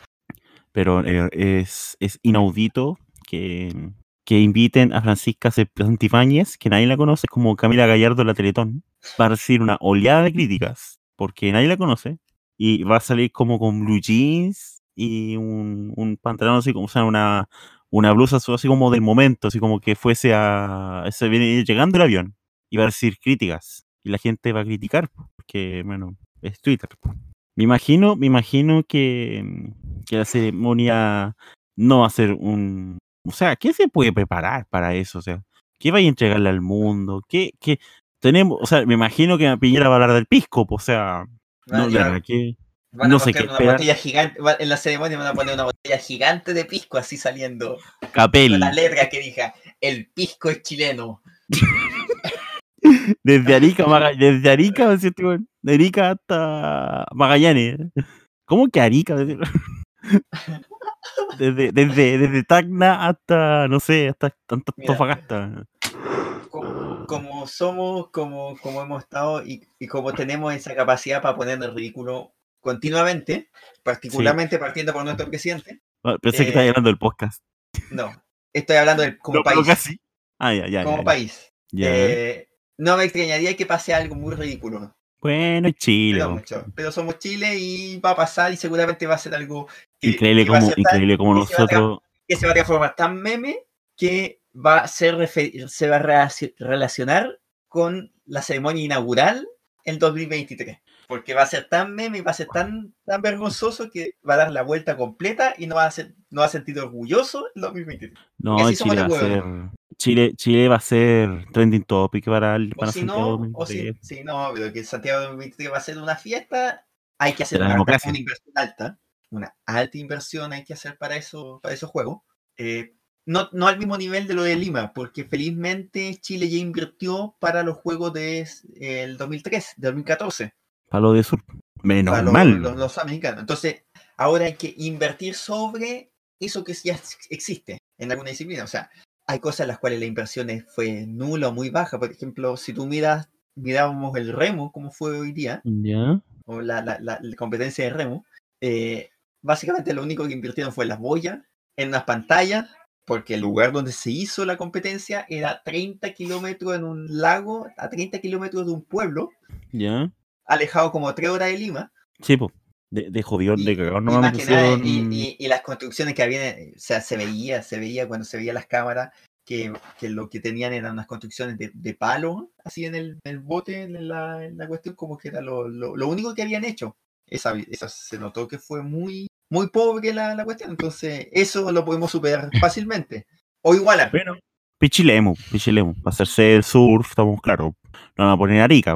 Pero eh, es, es inaudito que, mm, que inviten a Francisca Sep- Santibáñez, que nadie la conoce, como Camila Gallardo de la Teletón, para recibir una oleada de críticas, porque nadie la conoce, y va a salir como con blue jeans y un, un pantalón así como, o sea, una, una blusa azul así como del momento, así como que fuese a... Se viene llegando el avión, y va a recibir críticas, y la gente va a criticar, porque, bueno, es Twitter. Me imagino, me imagino que, mm, que la ceremonia no va a ser un... O sea, ¿qué se puede preparar para eso? O sea, ¿qué vaya a entregarle al mundo? ¿Qué, qué tenemos? O sea, me imagino que Piñera va a hablar del pisco, po, o sea... Van a No, llevar- claro, que- van a no sé mostrar qué una esperar. botella gigante, va- en la ceremonia van a poner una botella gigante de pisco así saliendo. Capel, Con la letra que diga, el pisco es chileno. desde Arica, a Maga- desde Arica, ¿no es cierto, weón? de Arica hasta Magallanes. ¿Cómo que Arica? *laughs* Desde, desde, desde Tacna hasta, no sé, hasta, hasta Mira. Antofagasta. Como, como somos, como, como hemos estado y, y como tenemos esa capacidad para poner el ridículo continuamente, particularmente partiendo por nuestro presidente. Ah, Pensé Eh, que estaba hablando del podcast. No, estoy hablando del, como No, pero país. casi. Ah, ya, ya. como ya, ya. país. Ya. Eh, no me extrañaría que pase algo muy ridículo. Bueno, es Chile. Pero, weón. mucho. Pero somos Chile y va a pasar y seguramente va a ser algo que, increíble que va a como, ser tan- increíble como que se va a tra- nosotros. que se va a transformar tan meme que va a ser refe- se va a relaci- relacionar con la ceremonia inaugural en 2023. Porque va a ser tan meme y va a ser tan, tan vergonzoso que va a dar la vuelta completa y no va a, ser, no va a sentir orgulloso en 2023. No, así somos Chile va de a ser. Chile, Chile va a ser trending topic para, el- O para si Santiago no, o si, 2023. si no, pero que Santiago 2023 va a ser una fiesta, hay que hacer De la una, democracia. una inversión alta, una alta inversión hay que hacer para eso, para esos juegos. Eh, no, no al mismo nivel de lo de Lima, porque felizmente Chile ya invirtió para los juegos de eh, el 2003, 2014, Palo de Sur. Menos para los, mal. los- los americanos. Entonces, ahora hay que invertir sobre eso que ya ex- existe en alguna disciplina. O sea, hay cosas en las cuales la inversión es- fue nula o muy baja. Por ejemplo, si tú miras, mirábamos el remo, como fue hoy día, Ya. o la, la- la- la competencia de remo, eh, básicamente lo único que invirtieron fue en las boyas, en las pantallas, porque el lugar donde se hizo la competencia era 30 kilómetros en un lago, a 30 kilómetros de un pueblo, Ya. alejado como 3 horas de Lima. Sí, po. De, de jodión, de Y- cagón. y No me más que nada, y- pusieron. y- y las construcciones que había, eh, o sea, se veía, se veía cuando se veía las cámaras. Que, que lo que tenían eran unas construcciones de, de palo, así en el, en el bote, en la, en la cuestión, como que era lo, lo- lo único que habían hecho. Esa, vi- esa se notó que fue muy, muy pobre la, la cuestión, entonces eso lo *laughs* podemos superar fácilmente. O igualar. Bueno. Pichilemu, pichilemu. Para hacerse el surf, estamos claros. No van a poner Arica.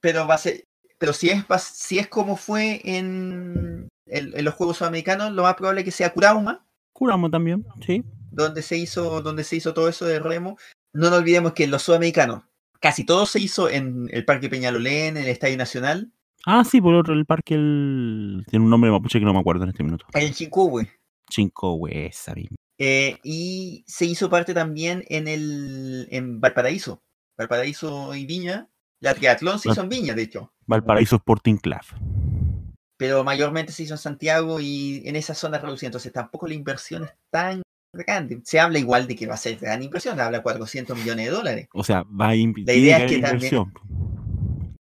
pero va a ser, pero si es, bas- si es como fue en, el- en los Juegos Sudamericanos, lo más probable es que sea Curauma, Curamos también, sí. donde se hizo, donde se hizo todo eso de remo. No nos olvidemos que los sudamericanos, casi todo se hizo en el Parque Peñalolén, en el Estadio Nacional, Ah, sí, por otro, el parque el- tiene un nombre mapuche que no me acuerdo en este minuto. en Chincúe. Cinco huesa, mismo. Eh, y se hizo parte también en el en Valparaíso. Valparaíso y Viña. La triatlón se Ah. hizo en Viña, de hecho. Valparaíso Sporting Club. pero mayormente se hizo en Santiago y en esa zona reducida. Entonces tampoco la inversión es tan grande. Se habla igual de que va a ser gran inversión, habla de 400 millones de dólares. O sea, va a invi- La tiene idea que haber es que también- inversión.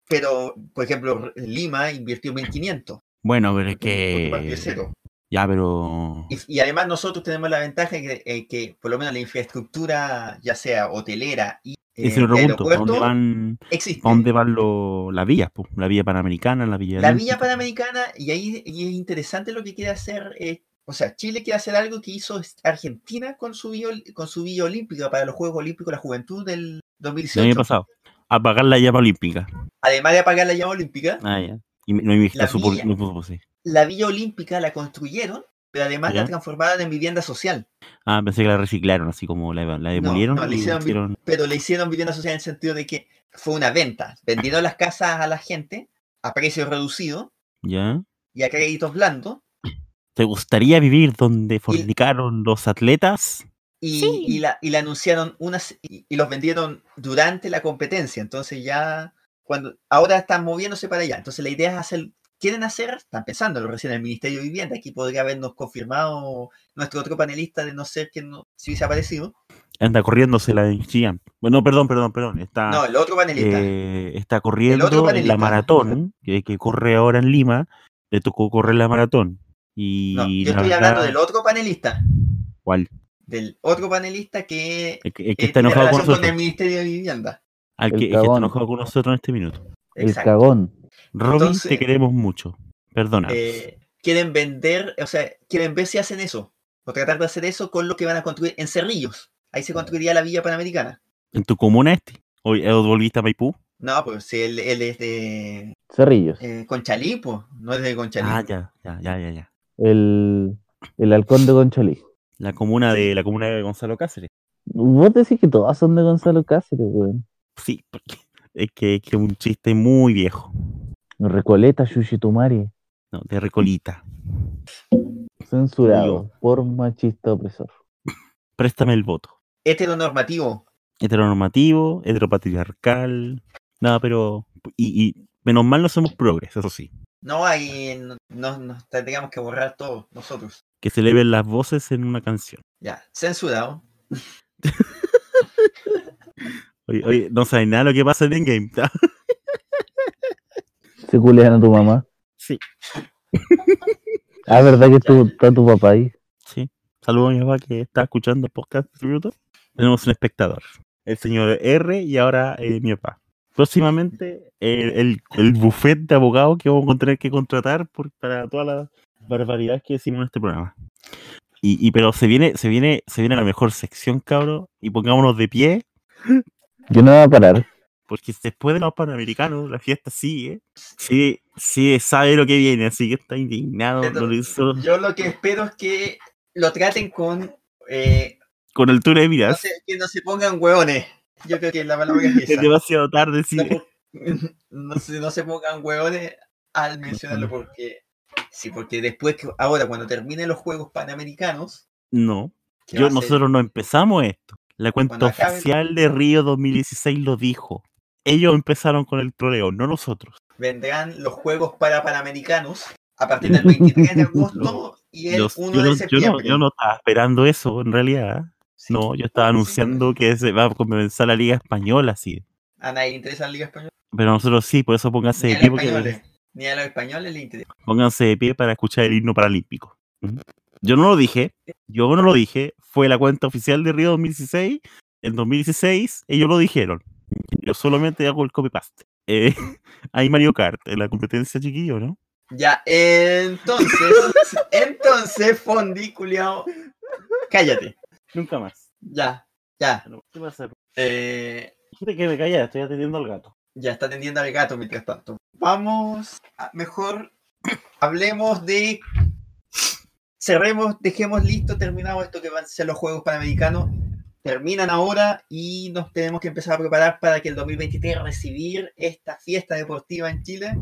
Pero, por ejemplo, R- Lima invirtió 1.500. Bueno, pero es porque partió de que. cero. Ya, pero. Y, eh, y además nosotros tenemos la ventaja que, eh, que por lo menos la infraestructura, ya sea hotelera y eh, Ese es otro de punto. ¿pa' ¿Dónde aeropuerto, eh, van, existe. pa' dónde van lo- las vías? po? La vía panamericana, la vía. La Villa olímpica. Panamericana, y ahí y es interesante lo que quiere hacer, eh, o sea, Chile quiere hacer algo que hizo es- Argentina con su Villa, Ol- con su Villa Olímpica para los Juegos Olímpicos de la Juventud del El 2018. año pasado. Apagar la llama olímpica. Además de apagar la llama olímpica, Ah, ya. Y me- no me dijiste La su por- villa. no supuse. la Villa Olímpica la construyeron pero además ¿Ya? la transformaron en vivienda social. Ah, pensé que la reciclaron, así como la, la demolieron no, le y hicieron vi- hicieron- Pero le hicieron vivienda social en el sentido de que fue una venta. Vendieron las casas a la gente a precio reducido ¿Ya? y a créditos blandos. ¿Te gustaría vivir donde fornicaron los atletas? Y, y la, y la anunciaron unas y, y los vendieron durante la competencia. Entonces ya cuando ahora están moviéndose para allá. Entonces la idea es hacer, quieren hacer, están pensándolo recién el Ministerio de Vivienda, aquí podría habernos confirmado nuestro otro panelista de no ser que no, si hubiese aparecido. Anda corriéndose la de Gian. Bueno, perdón, perdón, perdón. Está, No, el otro panelista. Ah, eh, está corriendo en panelista. la maratón, que, que corre ahora en Lima. Le tocó correr la maratón. Y no, yo la estoy hablando verdad, del otro panelista, ¿cuál? del otro panelista que, El que, el que eh, está tiene enojado con relación nosotros. el Ministerio de Vivienda. Al El que, el que está cagón. enojado con nosotros en este minuto. El Exacto. cagón. Robin, te Entonces, queremos mucho. Perdona. eh, quieren vender, o sea, quieren ver si hacen eso, o tratar de hacer eso con lo que van a construir en Cerrillos. Ahí se construiría la Villa Panamericana. ¿En tu comuna este? ¿Hoy eh, volviste a Maipú? No, pues si él, él es de Cerrillos. eh, Conchalí, pues, no es de Conchalí. Ah, ya, ya, ya, ya, ya. El, el halcón de Conchalí. La comuna de la comuna de Gonzalo Cáceres. Vos decís que todas son de Gonzalo Cáceres, weón. Sí, porque es que es que un chiste muy viejo. Recoleta, Yushitumari. No, de Recolita. Censurado por machista opresor. Préstame el voto. Este Heteronormativo. Heteronormativo, heteropatriarcal. Nada, pero. Y, y menos mal no somos progres, eso sí. No, ahí no- no- nos tendríamos que borrar todo nosotros. Que se eleven las voces en una canción. Ya, censurado. Oye, oye, no sabes nada de lo que pasa en Endgame. *laughs* ¿ah? ¿tá? Se culean a tu mamá. Sí. *laughs* Ah, ¿verdad que tu- está tu papá ahí? Sí. Saludos a mi papá que está escuchando el podcast en este minuto. Tenemos un espectador. El señor R y ahora eh, mi papá. Próximamente el, el, el buffet de abogados que vamos a tener que contratar por- para todas las barbaridades que decimos en este programa. Y, y pero se viene, se viene, se viene la mejor sección, cabro, y pongámonos de pie, Yo no voy a parar. porque después de los panamericanos, la fiesta sigue. Sí, sí, sabe lo que viene, así que está indignado Pero- no lo hizo Yo lo que espero es que lo traten con. eh, con altura de no miras. sé, que no se pongan hueones. Yo creo que la palabra *laughs* es Es esa. demasiado tarde, sí. No, po- *laughs* no se, no se pongan hueones al mencionarlo porque sí, porque después que ahora cuando terminen los juegos panamericanos, No. que va Yo, a ser- nosotros no empezamos esto. La cuenta Cuando acabe- oficial de Río 2016 lo dijo. Ellos empezaron con el troleo, no nosotros. vendrán los juegos para panamericanos a partir *laughs* del 23 de agosto y el Yo, 1 yo de no, yo no- septiembre. yo no estaba esperando eso, en realidad. ¿eh? Sí. pues, No, yo estaba anunciando que se va a comenzar la Liga Española, sí. A nadie le interesa la Liga Española. Pero nosotros sí, por eso pónganse ni, de a los pie, porque- españoles, ni a los españoles le interesa. pónganse de pie para escuchar el himno paralímpico. ¿Mm? Yo no lo dije, yo no lo dije. Fue la cuenta oficial de Río 2016. En 2016 ellos lo dijeron. Yo solamente hago el copy-paste. Eh, *laughs* hay Mario Kart en la competencia chiquillo, ¿no? Ya, entonces, *laughs* entonces, Fondi, culiao, cállate. Nunca más. Ah, Ya, ya. ¿Qué pasa? Eh, Dijiste que me callara, estoy atendiendo al gato. Ya está atendiendo al gato mientras tanto. Vamos, a- mejor *coughs* hablemos de. Cerremos, dejemos listo, terminado esto que van a ser los Juegos Panamericanos. Terminan ahora y nos tenemos que empezar a preparar para que el 2023 recibir esta fiesta deportiva en Chile.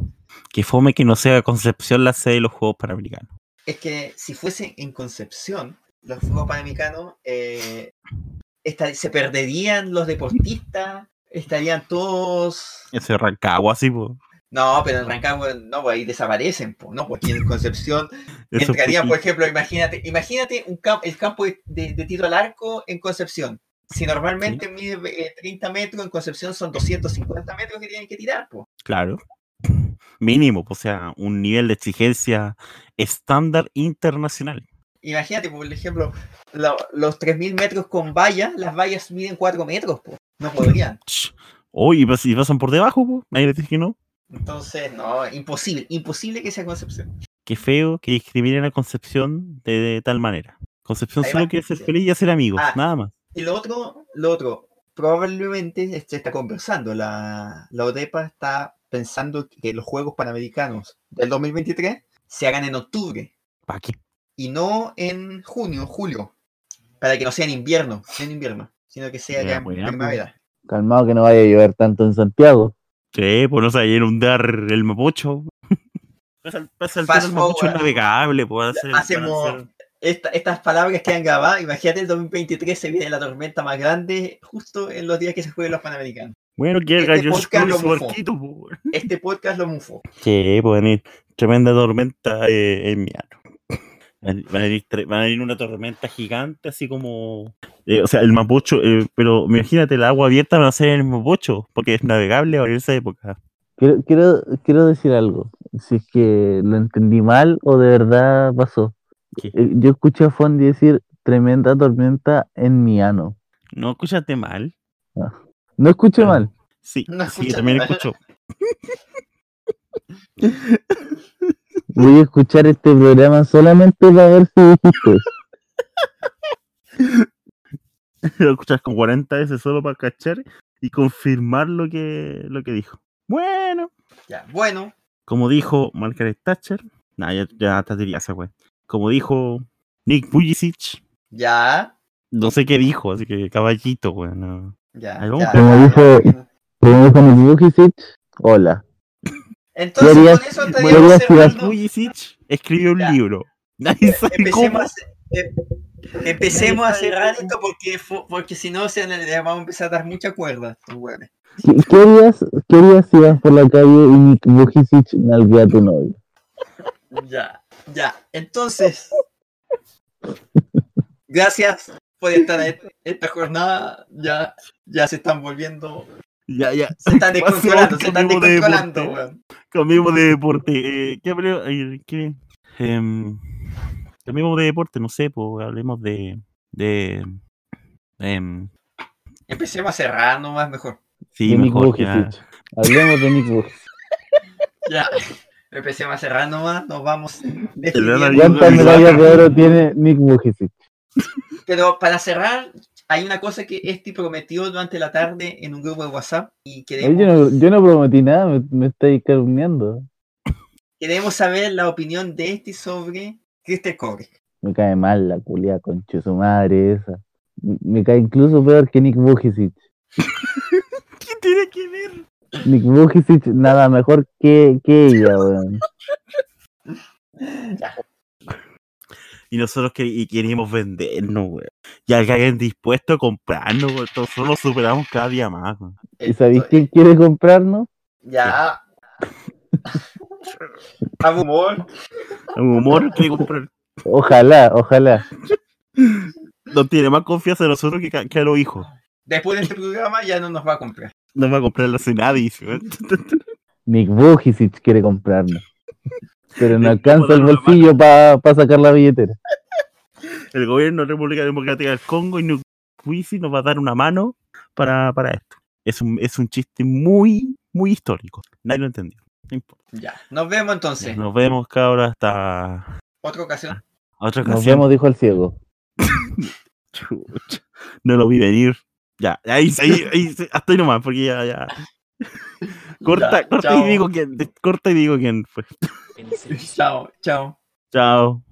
Que fome que no sea Concepción la sede de los Juegos Panamericanos. Es que si fuese en Concepción, los Juegos Panamericanos, eh, esta- se perderían los deportistas, estarían todos Ese Rancagua, así, po. No, pero en Rancagua no, pues ahí desaparecen, po, ¿no? Porque en Concepción Eso entrarían, fue- por ejemplo, imagínate, imagínate un cam- el campo de, de- de tiro al arco en Concepción. Si normalmente mide eh, 30 metros, en Concepción son 250 metros que tienen que tirar, pues. Claro. Mínimo, o sea, un nivel de exigencia estándar internacional. Imagínate, por ejemplo, lo- los 3.000 metros con vallas, las vallas miden 4 metros, pues. No podrían. Ch, Oye, pues, y pasan por debajo, po. nadie les dice que no. Entonces, no, imposible, imposible que sea Concepción. Qué feo que discriminen a Concepción de, de tal manera. Concepción Ahí solo va. quiere ser feliz y hacer amigos, Ah. nada más. Y lo otro, lo otro, probablemente se está conversando. La, la ODEPA está pensando que los Juegos Panamericanos del 2023 se hagan en octubre. ¿Para qué? Y no en junio, julio. Para que no sea en invierno, no en invierno, sino que sea Ya, ya en pues, ya, pues. primavera. Calmado que no vaya a llover tanto en Santiago. Sí, pues no se vaya a inundar el *laughs* Mapocho. Pasa el- pasa el Fast tiro al Mapocho forward. navegable, pues. hacer- Hacemos- hacer- Esta- estas palabras quedan grabadas. Imagínate, el 2023 se viene la tormenta más grande justo en los días que se jueguen los Panamericanos. Bueno, que Este haga George podcast Clooney lo su mufó. barquito, pues. po. Este podcast lo mufó. Sí, pues venir tremenda tormenta eh, en mi Van van a, venir, tre- van a venir una tormenta gigante, así como. eh, o sea, el Mapocho. eh, pero imagínate, el agua abierta va a ser el Mapocho, porque es navegable ahora en esa época. Quiero, quiero, quiero decir algo, si es que lo entendí mal o de verdad pasó. ¿Qué? Eh, Yo escuché a Fondi decir tremenda tormenta en mi ano. ¿No escuchaste mal? No escuché Ah. mal. Sí, No sí, escuchaste también mal. escucho. *laughs* Voy a escuchar este programa solamente para ver si dijiste eso. lo escuchas con 40 veces solo para cachar y confirmar lo que, lo que dijo. Bueno, Ya, bueno, como dijo Margaret Thatcher, nah, ya, ya te diría esa wey. Como dijo Nick Pulisic, ya, no sé qué dijo, así que caballito, güey. no. ya. Algo ya, como ya, dijo- ya. Primero con el Vucicic, hola. Entonces, Yo haría- con eso yo haría estaríamos así, cerrando. Pulisic escribió un Ya. libro. *laughs* Nadie sabe cómo. *laughs* Empecemos a, ce- em- empecemos a cerrar esto porque, fu- porque si no, se, le le vamos a empezar a dar mucha cuerda. estos hueones. ¿Qué, qué harías, qué harías si vas por la calle y Nick Vujicic nalguea a tu novio? Ya, ya. Entonces, gracias por estar en esta jornada. Ya, ya se están volviendo. Ya, ya. Se Pasemos están descontrolando, se están cambiemos de descontrolando, deporte. weón. Cambiemos de deporte. Eh, ¿Qué hablé- eh, qué? Em, cambiemos de deporte, no sé, pues hablemos de. de. em, Empecemos a cerrar nomás mejor. Sí, de Nick mejor que nada. Vujicic. Hablemos de Nick Vujicic. Ya. Empecemos a cerrar nomás, nos vamos. Elena, despidiendo. yo- ¿Cuántas Ayuda, medallas de Bisagra. oro tiene Nick Vujicic? Pero para cerrar, hay una cosa que Esti prometió durante la tarde en un grupo de WhatsApp y Oye, queremos, Yo no, yo no prometí nada, me, me estáis calumniando. queremos saber la opinión de Esti sobre Crystal Cobre. Me cae mal la culia conche su madre esa. Me- Me cae incluso peor que Nick Vujicic. ¿Qué tiene que ver? Nick Vujicic nada mejor que, que ella, weón. Y nosotros que, y queríamos vendernos, güey. Ya que alguien dispuesto a comprarnos, güey. Nosotros lo superamos cada día más, güey. ¿Y sabéis quién quiere comprarnos? Ya. *laughs* A humor. El humor que comprar. Ojalá, ojalá. No tiene más confianza en nosotros que, ca- que a los hijos. Después de este programa ya no nos va a comprar. No va a comprar la Senadis, güey. Nick Vujicic quiere comprarnos. Pero no Le alcanza el puedo dar la bolsillo para sacar la billetera. El gobierno de la República Democrática del Congo y Nukwisi nos va a dar una mano para, para esto. Es un, es un chiste muy, muy histórico. Nadie lo entendió. No importa. Ya. Nos vemos entonces. Nos vemos, cabros, hasta Otra ocasión. otra ocasión. Nos vemos, dijo el ciego. Chucha, no lo vi venir. Ya, ahí, ahí, ahí, se- hasta ahí nomás, porque ya, ya. Corta, Ya, corta chao. y digo quién, corta y digo quién fue. Chao, chao. Chao.